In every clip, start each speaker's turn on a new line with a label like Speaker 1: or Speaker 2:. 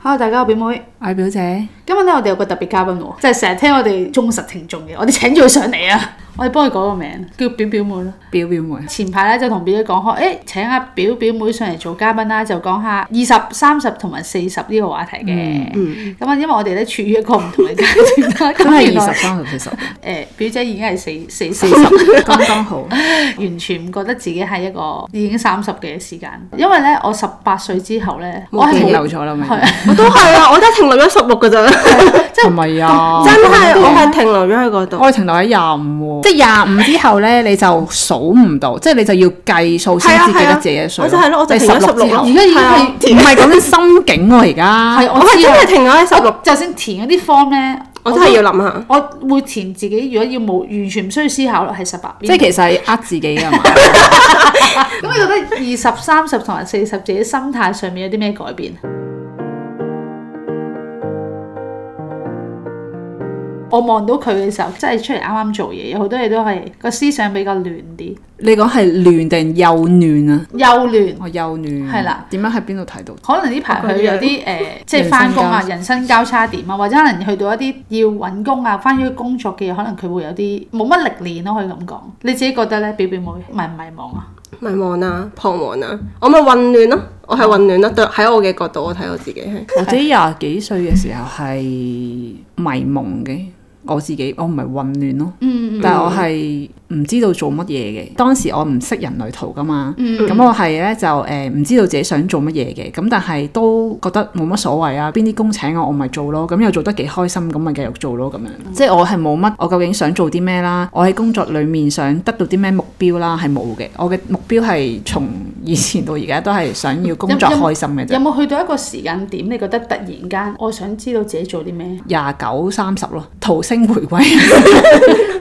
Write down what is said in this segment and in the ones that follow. Speaker 1: Hello，大家好，表妹。
Speaker 2: 我係表姐，
Speaker 1: 今日咧，我哋有個特別嘉賓喎，即係成日聽我哋忠實聽眾嘅，我哋請咗佢上嚟啊！我哋幫佢改個名，叫表表妹咯。
Speaker 2: 表表妹，
Speaker 1: 前排咧就同表姐講開，誒、請阿表表妹上嚟做嘉賓啦，就講下二十、三十同埋四十呢個話題嘅。咁啊、因為我哋咧處於一個唔同嘅階段啦，
Speaker 2: 都
Speaker 1: 咁原啊
Speaker 2: 係
Speaker 1: 來
Speaker 2: 二十三十四十，
Speaker 1: 誒表姐已經係四四四十。
Speaker 2: 剛剛好。
Speaker 1: 完全唔覺得自己係一個已經三十嘅時間，因為咧我十八歲之後咧，我係冇
Speaker 2: 停留咗啦咪
Speaker 1: 係啊
Speaker 3: 我都係 啊，我都係停留咗十六噶咋，
Speaker 2: 係咪啊？
Speaker 3: 真哦係我係停留咗喺嗰度。
Speaker 2: 我係停留喺廿五喎，即係廿五之後咧，你就數唔到，即係你就要計數先至記得自己嘅歲。
Speaker 3: 我就係咯，我就
Speaker 2: 你
Speaker 3: 停咗十
Speaker 2: 16
Speaker 3: 六
Speaker 2: 之
Speaker 3: 咯。
Speaker 2: 後
Speaker 1: 而家已經係
Speaker 3: 係啊
Speaker 2: 唔係講緊心境喎，而家
Speaker 1: 哦係啊
Speaker 3: 我係真係停留喺十六，
Speaker 1: 就算填嗰啲 form 咧，
Speaker 3: 我真係要諗下。
Speaker 1: 我會填自己，如果要冇完全唔需要思考咯，係十八邊。
Speaker 2: 即係其實係呃自己㗎嘛。
Speaker 1: 咁，你覺得二十、三十同埋四十自己心態上面有啲咩改變？我望到佢嘅時候，真係出嚟啱啱做嘢，有好多嘢都係個思想比較亂啲，
Speaker 2: 你講係亂定幼亂啊？
Speaker 1: 幼亂。
Speaker 2: 我幼亂
Speaker 1: 係啦。
Speaker 2: 點樣喺邊度睇到？
Speaker 1: 可能呢排佢有啲誒、呃即係翻工啊，人生交叉點啊，或者可能去到一啲要揾工啊，翻去工作嘅嘢，可能佢會有啲冇乜歷練咯，可以咁講。你自己覺得咧，表表妹迷唔迷茫啊？
Speaker 3: 迷茫啊，彷徨啊，我咪混亂咯，我係混亂咯。對喺我嘅角度，我睇我自己係。
Speaker 2: 我自己廿幾歲嘅時候係迷蒙嘅，我自己我唔係混亂咯，但係我係唔知道做乜嘢嘅。當時我唔識人類圖噶嘛，咁、我係咧就誒唔、知道自己想做乜嘢嘅，咁但係都覺得冇乜所謂啊。邊啲工請我，我咪做咯。咁又做得幾開心，咁咪繼續做咯。咁樣、即係我係冇乜，我究竟想做啲咩啦？我喺工作裡面想得到啲咩目標啦？係冇嘅。我嘅目標係從以前到而家都係想要工作
Speaker 1: 有有
Speaker 2: 開心嘅啫
Speaker 1: 有。冇去到一個時間點，你覺得突然間我想知道自己做啲咩？
Speaker 2: 廿九三十咯，逃星回歸。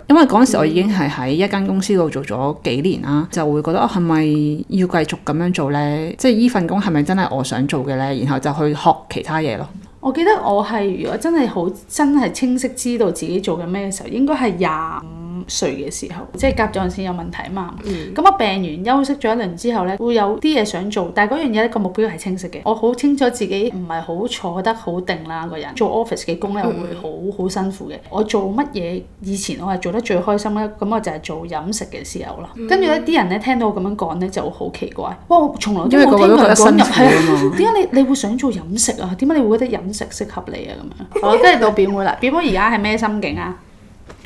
Speaker 2: 因為嗰陣時我已經係喺一間公司度做咗幾年啦，就會覺得啊係咪要繼續咁樣做呢？即係呢份工係咪真係我想做嘅呢？然後就去學其他嘢咯。
Speaker 1: 我記得我係如果真係好真係清晰知道自己做緊咩嘅時候，應該係廿五歲嘅時候，即係甲狀腺有問題嘛。咁我病完休息咗一輪之後呢，會有啲嘢想做，但係嗰樣嘢呢個目標係清晰嘅。我好清楚自己唔係好坐得好定啦，個人做 office 嘅工呢，我會好好辛苦嘅。我做乜嘢以前我係做得最開心呢，咁我就係做飲食嘅時候啦。跟住呢啲人呢，聽到我咁樣講呢，就會好奇怪，哇！我從來都
Speaker 2: 因為
Speaker 1: 冇
Speaker 2: 個個
Speaker 1: 聽
Speaker 2: 都
Speaker 1: 過
Speaker 2: 覺
Speaker 1: 人
Speaker 2: 得
Speaker 1: 講
Speaker 2: 辛
Speaker 1: 飲
Speaker 2: 苦 啊嘛。
Speaker 1: 點解你你會想做飲食啊？點解你會覺得飲食適合你啊？咁樣，好，跟住到表妹啦。表妹而家係咩心境啊？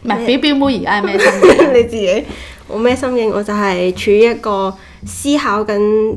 Speaker 1: 唔係， 表表妹而家係咩心境？
Speaker 3: 你自己，我咩心境？我就係處於一個思考緊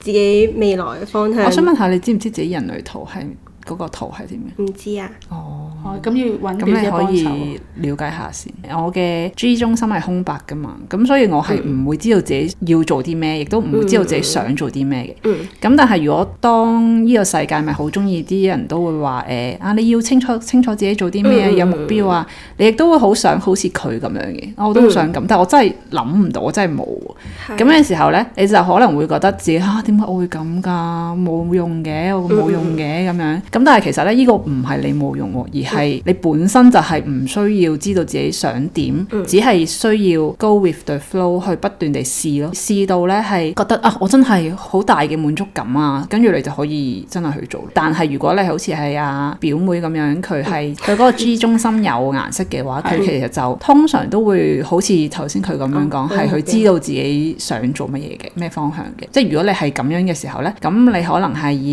Speaker 3: 自己未來嘅方向。
Speaker 2: 我想問下你知唔知自己人類圖係嗰個圖係點嘅？
Speaker 3: 唔知啊，
Speaker 2: 哦。
Speaker 1: 哦，咁要揾
Speaker 2: 咁
Speaker 1: 表
Speaker 2: 你
Speaker 1: 姐
Speaker 2: 可
Speaker 1: 幫手。啊
Speaker 2: 以了解下先。我嘅 G 中心係空白噶嘛，咁所以我係唔會知道自己要做啲咩，亦都唔會知道自己想做啲咩嘅。咁、但係如果當呢個世界咪好中意啲人都會話誒、啊，你要清楚清楚自己做啲咩，有目標啊，你亦都會好想好似佢咁樣嘅。啊我都好想咁，但係我真係諗唔到，我真係冇啊喎。咁嘅時候呢，你就可能會覺得自己啊，點解我會咁㗎？冇用嘅，我冇用嘅咁樣。咁但係其實呢，呢、個唔係你冇用喎，而係你本身就係唔需要知道自己想點，只係需要 go with the flow 去不斷地試咯，試到呢係覺得啊，我真係好大嘅滿足感啊，跟住你就可以真係去做。但係如果你好似係啊表妹咁樣，佢係佢嗰個 G 中心有顏色嘅話，佢其實就通常都會好似頭先佢咁樣講，係佢知道自己想做乜嘢嘅，咩方向嘅。即係如果你係咁樣嘅時候呢，咁你可能係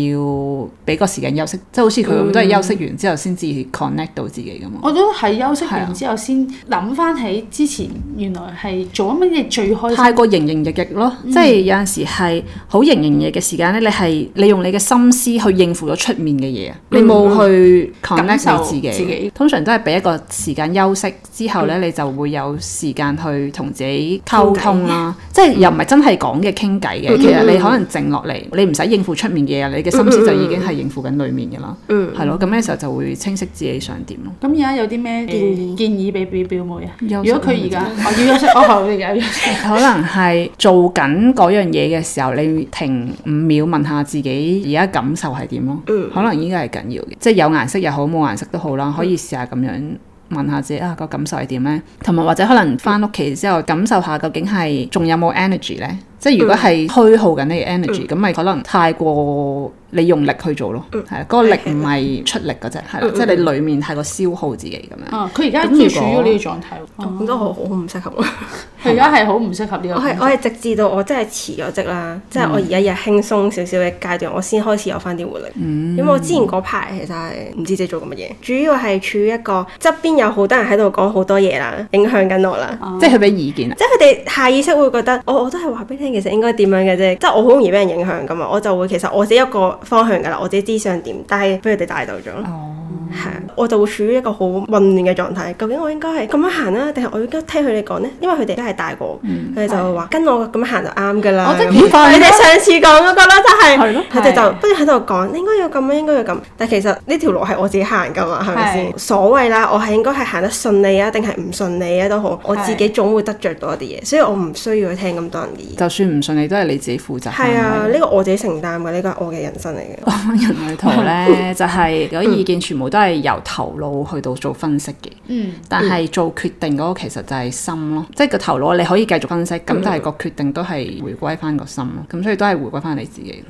Speaker 2: 要俾個時間休息，即係好似佢咁都係休息完之後先至 connect 到自己噶嘛。
Speaker 1: 我都係休息
Speaker 2: 係
Speaker 1: 完
Speaker 2: 啊
Speaker 1: 之後先諗翻起之前，原來係做乜嘢最開心。
Speaker 2: 太過營營役役咯，
Speaker 1: 嗯
Speaker 2: 即係有陣時係好營營役役嘅時間咧，你係你用你嘅心思去應付咗出面嘅嘢，啊你冇去
Speaker 1: 嗯感
Speaker 2: connect
Speaker 1: 受
Speaker 2: 你自己。
Speaker 1: 自己嗯
Speaker 2: 通常都係俾一個時間休息之後咧，你就會有時間去同自己溝通啦。即係又唔係真係講嘅傾偈
Speaker 1: 嗯
Speaker 2: 嘅，其實你可能靜落嚟，你唔使應付出面嘅嘢，你嘅心思
Speaker 1: 嗯
Speaker 2: 就已經係應付緊裡面嘅啦。係咯，咁嘅時候就會清晰自己想點咯。
Speaker 1: 咁而家有啲咩建
Speaker 3: 建
Speaker 1: 議
Speaker 3: 議
Speaker 1: 建議俾表表妹啊？
Speaker 2: 休
Speaker 1: 如
Speaker 2: 息
Speaker 1: 果佢
Speaker 2: 咪
Speaker 1: 而家哦我要休息，
Speaker 3: 哦
Speaker 1: 我後而家要休息。
Speaker 2: 可能係做緊嗰樣嘢嘅時候，你停五秒問下自己而家感受係點咯。可能依家係緊要嘅，即係有顏色又好，冇顏色都好啦，可以試下咁樣。問下自己啊個感受係點呢？同埋或者可能翻屋企之後感受下究竟係仲有冇 energy 呢？即即係如果係虛耗緊你嘅 energy，咁咪、可能太過你用力去做咯，係啦、啊嗰個力唔係出力嗰只，係啦，即係你裡面太過消耗自己咁樣。
Speaker 1: 啊，佢而家
Speaker 2: 咁
Speaker 1: 都
Speaker 2: 如
Speaker 1: 處於
Speaker 2: 果
Speaker 1: 呢個狀態喎。哦
Speaker 3: 咁都好好唔適合我。
Speaker 1: 佢而家係好唔適合呢個
Speaker 3: 我係
Speaker 1: 工作。
Speaker 3: 我係直至到我真係辭咗職啦，即係我而家日輕鬆少少嘅階段，我先開始有翻啲活力。因為我之前嗰排其實係唔知自己做緊乜嘢，主要係處於一個側邊有好多人喺度講好多嘢啦，影響緊我啦。
Speaker 2: 即係佢俾意見啊，
Speaker 3: 即係佢哋下意識會覺得，我我都係話俾你聽，其實應該點樣嘅啫。即係我好容易俾人影響噶嘛，我就會其實我自己一個方向噶啦，我自己知想點，但係俾佢哋帶到咗。係啊，我就會處於一個好混亂嘅狀態。究竟我應該係咁樣行啦，定係我應該聽佢哋講呢？因為佢哋都係大個，佢哋就會話跟我咁樣行就啱噶啦。
Speaker 1: 我覺得
Speaker 3: 咁
Speaker 2: 幾快
Speaker 3: 你哋上次講嗰個啦，就
Speaker 2: 係
Speaker 3: 係
Speaker 2: 咯
Speaker 3: 佢哋
Speaker 1: 係
Speaker 3: 就不斷喺度講，你應該要咁，應該要咁。但其實呢條路係我自己行噶嘛，係咪
Speaker 1: 係
Speaker 3: 先？所謂啦，我係應該係行得順利啊，定係唔順利啊都好，我自己總會得着到一啲嘢，所以我唔需要去聽咁多人嘅意見。
Speaker 2: 就算唔順利都係你自己負責。
Speaker 3: 係啊，呢個我自己承擔嘅，呢個係我嘅人生嚟嘅。
Speaker 2: 講人類圖 咧，就係嗰啲意見全部都係由頭腦去到做分析嘅，
Speaker 1: 嗯，
Speaker 2: 但係做決定嗰個其實就係心咯，即係個頭腦你可以繼續分析，
Speaker 3: 嗯
Speaker 2: 咁但係個決定都係回歸翻個心咯，咁所以都係回歸翻你自己。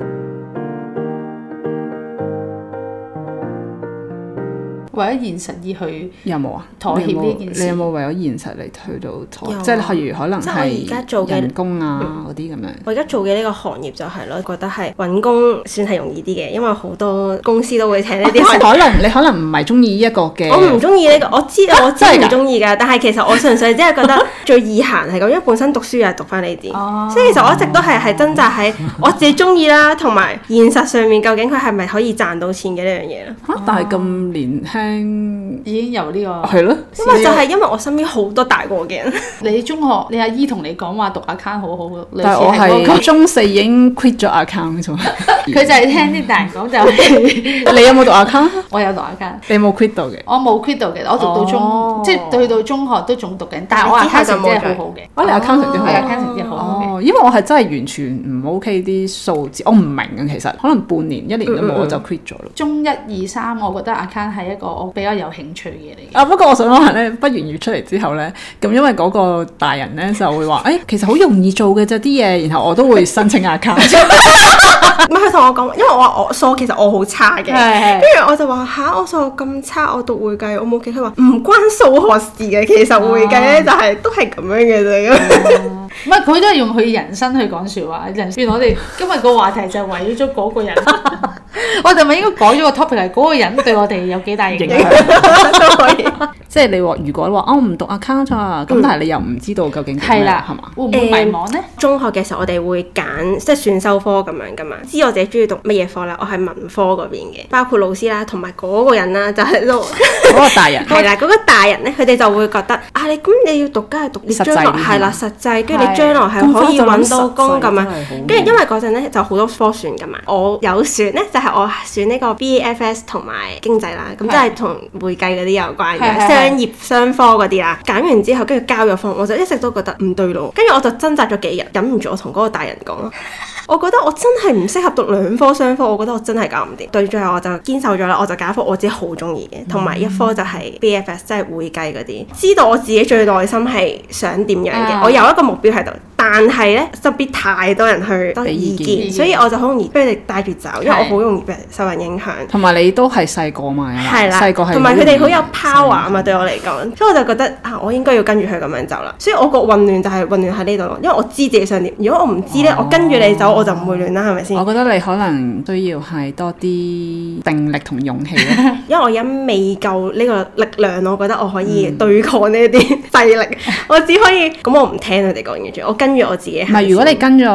Speaker 1: 為咗現實而去，
Speaker 2: 有冇啊？
Speaker 1: 妥協呢件事
Speaker 2: 你有冇你有冇為咗現實嚟推到妥
Speaker 3: 有
Speaker 2: 協？
Speaker 3: 啊
Speaker 2: 即係例如可能
Speaker 3: 即係我而家
Speaker 2: 係
Speaker 3: 做嘅嗯
Speaker 2: 人工啊嗰啲咁樣。
Speaker 3: 我而家做嘅呢個行業就係咯，覺得係揾工算係容易啲嘅，因為好多公司都會請 呢
Speaker 2: 哦
Speaker 3: 啲
Speaker 2: 即係
Speaker 3: 行業。
Speaker 2: 可能你可能哦唔係中意呢一個嘅，
Speaker 3: 我唔中意呢個，我知道我知
Speaker 2: 真係㗎
Speaker 3: 唔中意㗎，但係其實我純粹只係覺 得最易行係咁，因為本身讀書又係讀翻呢啲，
Speaker 1: 哦
Speaker 3: 所以其實我一直都係係掙 扎喺我自己中意啦，同埋現實上面究竟佢係咪可以賺到錢嘅呢樣嘢啦？
Speaker 2: 嚇啊但係咁年輕，
Speaker 1: 已經由呢個。
Speaker 2: 係咯，
Speaker 3: 因為啊就係因為我身邊好多大個嘅 人，
Speaker 1: 你中學你阿姨同你講話讀 account 好好，類似
Speaker 2: 但係我
Speaker 1: 係嗰個
Speaker 2: 係中四已經 quit 咗 account 咗。
Speaker 1: 佢就係聽啲大人講就 係
Speaker 2: 你有冇讀 account？
Speaker 1: 我有讀 account。
Speaker 2: 你有冇 quit 到嘅？
Speaker 1: 我冇 quit 到嘅，我讀到中，
Speaker 2: 哦
Speaker 1: 即係去到中學都仲讀緊，但係我
Speaker 3: 之後
Speaker 1: account
Speaker 3: 就
Speaker 1: 成績
Speaker 3: 冇
Speaker 1: 係
Speaker 3: 再
Speaker 1: 好好嘅，
Speaker 2: 我哋哦 account 成績
Speaker 1: 我
Speaker 2: 好
Speaker 1: account 成績好好嘅。
Speaker 2: 哦，因為我係真係完全唔 OK 啲數字，我唔明啊。其實可能半年一年都冇，我就 quit 咗咯。
Speaker 1: 中一二三，我覺得 account 係一個我比較有興趣嘅嘢嚟嘅。
Speaker 2: 啊！不過我想講係咧，畢完業出嚟之後咧，咁因為嗰個大人咧就會話：，誒、哎其實好容易做嘅啫啲嘢，然後我都會申請 account。
Speaker 3: 唔係佢同我講，因為我話我數學其實我好差 嘅。
Speaker 1: 係
Speaker 3: 跟住我就話吓，我數學咁差，我讀會計我冇記。佢話唔關數學事嘅，其實會計咧就係、都係咁樣嘅啫。咁
Speaker 1: 唔係佢都係用佢人生去講説話。人原來我 哋今日個話題就係圍繞咗嗰個人。我哋咪應該改咗個 topic 係嗰個人對我哋有幾大影
Speaker 2: 影
Speaker 1: 響？
Speaker 2: 響
Speaker 3: 都可以。
Speaker 2: 即係你話，如果話我唔讀 account 啊，咁但係你又唔知道究竟點
Speaker 1: 係
Speaker 2: 樣
Speaker 1: 啦
Speaker 2: 係嘛，？
Speaker 1: 會唔會迷茫呢？
Speaker 3: 中學嘅時候，我哋會揀即係選修科咁樣噶嘛，知我自己中意讀乜嘢科啦。我係文科嗰邊嘅，包括老師啦，同埋嗰個人啦，就喺度。
Speaker 2: 嗰個大 人
Speaker 3: 係啦，嗰、個大人咧，佢哋就會覺得啊，你咁你要讀，梗係讀你
Speaker 2: 實際
Speaker 3: 將來
Speaker 2: 啲
Speaker 3: 係啦，實際，跟住
Speaker 1: 係
Speaker 3: 你將來係
Speaker 2: 咁
Speaker 3: 可以
Speaker 2: 快就諗
Speaker 3: 揾到工
Speaker 2: 實際
Speaker 3: 咁樣
Speaker 2: 真係好。
Speaker 3: 跟住因為嗰陣咧就好多科選噶嘛，我有選咧就係、我選呢個 BFS 同埋經濟啦，咁
Speaker 1: 係
Speaker 3: 即係同會計嗰啲有關
Speaker 1: 係係
Speaker 3: 嘅
Speaker 1: 係
Speaker 3: 商業商科嗰啲啦。揀完之後，跟住交咗科，我就一直都覺得唔對路，跟住我就掙扎咗幾日，忍唔住我同嗰個大人講咯。我覺得我真係唔適合讀兩科雙科，我覺得我真係搞唔掂。對，最後我就堅守咗啦，我就揀一科我自己好中意嘅，同埋一
Speaker 2: 嗯
Speaker 3: 科就係 BFS，即係會計嗰啲。知道我自己最內心係想點樣嘅，
Speaker 2: 嗯
Speaker 1: 啊
Speaker 3: 我有一個目標喺度，但係呢，身邊太多人去多
Speaker 2: 俾意
Speaker 3: 意
Speaker 2: 見
Speaker 3: 見，所以我就好容易俾佢哋帶住走，因為
Speaker 1: 係
Speaker 3: 我好容易俾人受人影響。
Speaker 2: 同埋你都係細個嘛，
Speaker 3: 係啦
Speaker 2: 細個，係
Speaker 3: 同埋佢哋好有 power
Speaker 2: 好
Speaker 3: 啊嘛，對我嚟講，所以我就覺得啊，我應該要跟住佢咁樣走啦。所以我個混亂就係混亂喺呢度咯，因為我知自己想點。如果我唔知呢，我跟住你走，我就唔會亂啦，係咪先
Speaker 2: 我？覺得你可能需要係多啲定力同勇氣 咯。
Speaker 3: 因為我而家未夠呢個力量，我覺得我可以
Speaker 1: 嗯
Speaker 3: 對抗呢啲 勢力，我只可以咁我唔聽佢哋講嘢住，我跟住我自己
Speaker 2: 唔
Speaker 3: 行先。
Speaker 2: 係，如果你跟咗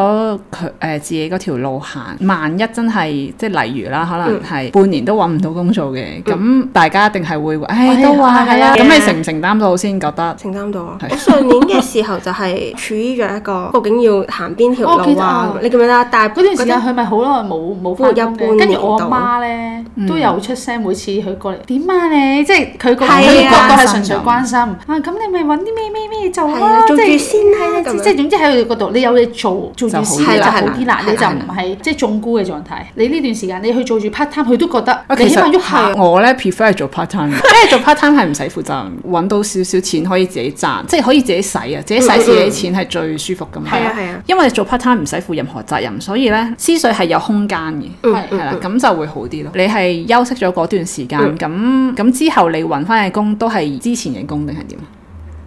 Speaker 2: 佢誒自己嗰條路行，萬一真係即係例如啦，可
Speaker 3: 嗯
Speaker 2: 能係半年都揾唔到工做嘅，咁、大家一定係會話，唉
Speaker 1: 哎
Speaker 2: 都話係啦，
Speaker 3: 哦係啊
Speaker 2: 咁你承唔承擔到先覺得？
Speaker 3: 承擔到啊！
Speaker 2: 係
Speaker 3: 我上年嘅時候就係處於咗一個究竟要行邊條
Speaker 1: 我記
Speaker 3: 路
Speaker 1: 得啊
Speaker 3: 啊，你記唔記得啊？但係
Speaker 1: 嗰段時間佢咪好耐冇冇翻工
Speaker 3: 半
Speaker 1: 嘅，
Speaker 3: 年
Speaker 1: 跟住我阿
Speaker 3: 到
Speaker 1: 媽咧都有出聲，每次佢過嚟點啊你，即係佢個
Speaker 3: 係啊
Speaker 1: 佢個角度係純粹關心啊，咁你咪揾啲咩咩咩做
Speaker 3: 係
Speaker 1: 啦，
Speaker 3: 啊，做
Speaker 1: 即
Speaker 3: 住
Speaker 1: 係
Speaker 3: 先啦咁
Speaker 1: 即
Speaker 3: 樣
Speaker 1: 即係總之係喺佢嗰度，你有嘢做，做住事
Speaker 2: 就好
Speaker 1: 你
Speaker 2: 啲
Speaker 1: 就
Speaker 2: 啦
Speaker 1: 好啲啦
Speaker 2: 係啦，
Speaker 1: 你就唔
Speaker 2: 係啦
Speaker 1: 係即係中估嘅狀態。你呢段時間你去做住 part time，佢都覺得
Speaker 2: 啊
Speaker 1: 你
Speaker 2: 其
Speaker 1: 起
Speaker 2: 實
Speaker 1: 碼喐下。
Speaker 2: 我咧 prefer 係做 part time，嘅因為做 part time 係唔使負責任，揾到少少錢可以自己賺，即係可以自己使啊，自己使自己錢係最舒服噶嘛。
Speaker 3: 係啊係啊
Speaker 2: 因為做 part time 唔使負任何責任，所以咧思緒係有空間嘅，
Speaker 1: 嗯
Speaker 2: 係啦，咁就會好啲咯。你係休息咗嗰段時間，
Speaker 3: 嗯
Speaker 2: 咁咁、之後你揾翻嘅工都係之前嘅工定係點啊？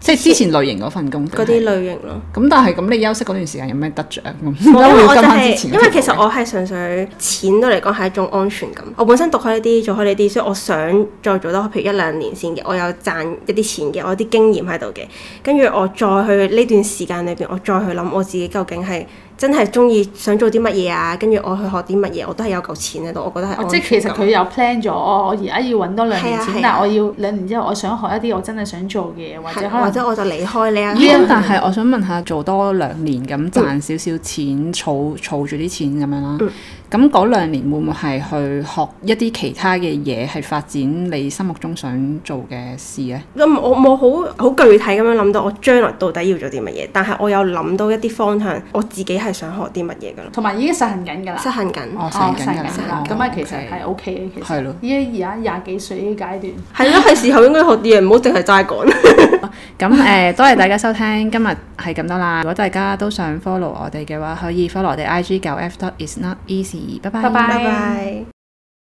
Speaker 2: 即係之前類型嗰份工定係
Speaker 3: 嗰啲類型咯。
Speaker 2: 咁，但係咁你休息嗰段時間有咩得着咁？點
Speaker 3: 因
Speaker 2: 解
Speaker 3: 為
Speaker 2: 會
Speaker 3: 啊我就
Speaker 2: 跟翻之
Speaker 3: 係、
Speaker 2: 前嗰條路嘅？
Speaker 3: 因為其實我係純粹錢都嚟講係一種安全感。我本身讀開呢啲，做開呢啲，所以我想再做多譬如一兩年先嘅，我有賺一啲錢嘅，我有啲經驗喺度嘅。跟住我再去呢段時間裏邊，我再去諗我自己究竟係真係中意想做啲乜嘢啊？跟住我去學啲乜嘢，我都係有嚿錢喺度，我覺得係啊
Speaker 1: 哦
Speaker 3: 安
Speaker 1: 即係其
Speaker 3: 全
Speaker 1: 實
Speaker 3: 感。
Speaker 1: 佢有 plan 咗，我我而家要揾多兩年
Speaker 3: 係啊
Speaker 1: 錢
Speaker 3: 係，啊
Speaker 1: 但係我要兩年之後，我想學一啲我真係想做嘅嘢，或者
Speaker 3: 係
Speaker 1: 可
Speaker 3: 或
Speaker 1: 能
Speaker 3: 者我就離開呢一
Speaker 2: 咁
Speaker 1: 啊
Speaker 3: 行
Speaker 2: 但係我想問下，做多兩年
Speaker 1: 嗯
Speaker 2: 咁賺少少錢，儲儲住啲錢咁樣啦。咁嗰兩年會唔會係去學一啲其他嘅嘢，係發展你心目中想做嘅事咧？
Speaker 3: 咁我冇好好具體咁樣諗到我將來到底要做啲乜嘢，但係我有諗到一啲方向，我自己係想學啲乜嘢噶啦，
Speaker 1: 同埋已經實行緊㗎啦。
Speaker 3: 執行緊。
Speaker 2: 哦，
Speaker 1: 哦，
Speaker 2: 成緊
Speaker 1: 實
Speaker 2: 㗎
Speaker 1: 行緊㗎
Speaker 2: 啦
Speaker 1: 啦，。咁啊其實係 OK 嘅，其實
Speaker 2: 係咯
Speaker 1: 依家而家廿幾歲呢個階段。
Speaker 3: 係咯，係時候應該學啲嘢，唔好淨係齋講。
Speaker 2: 咁誒、呃多謝大家收聽，今日係咁多啦。如果大家都想 follow 我哋嘅話，可以 follow 我哋 IG 九 F dot is not easy。拜拜。
Speaker 1: 拜拜
Speaker 3: 拜。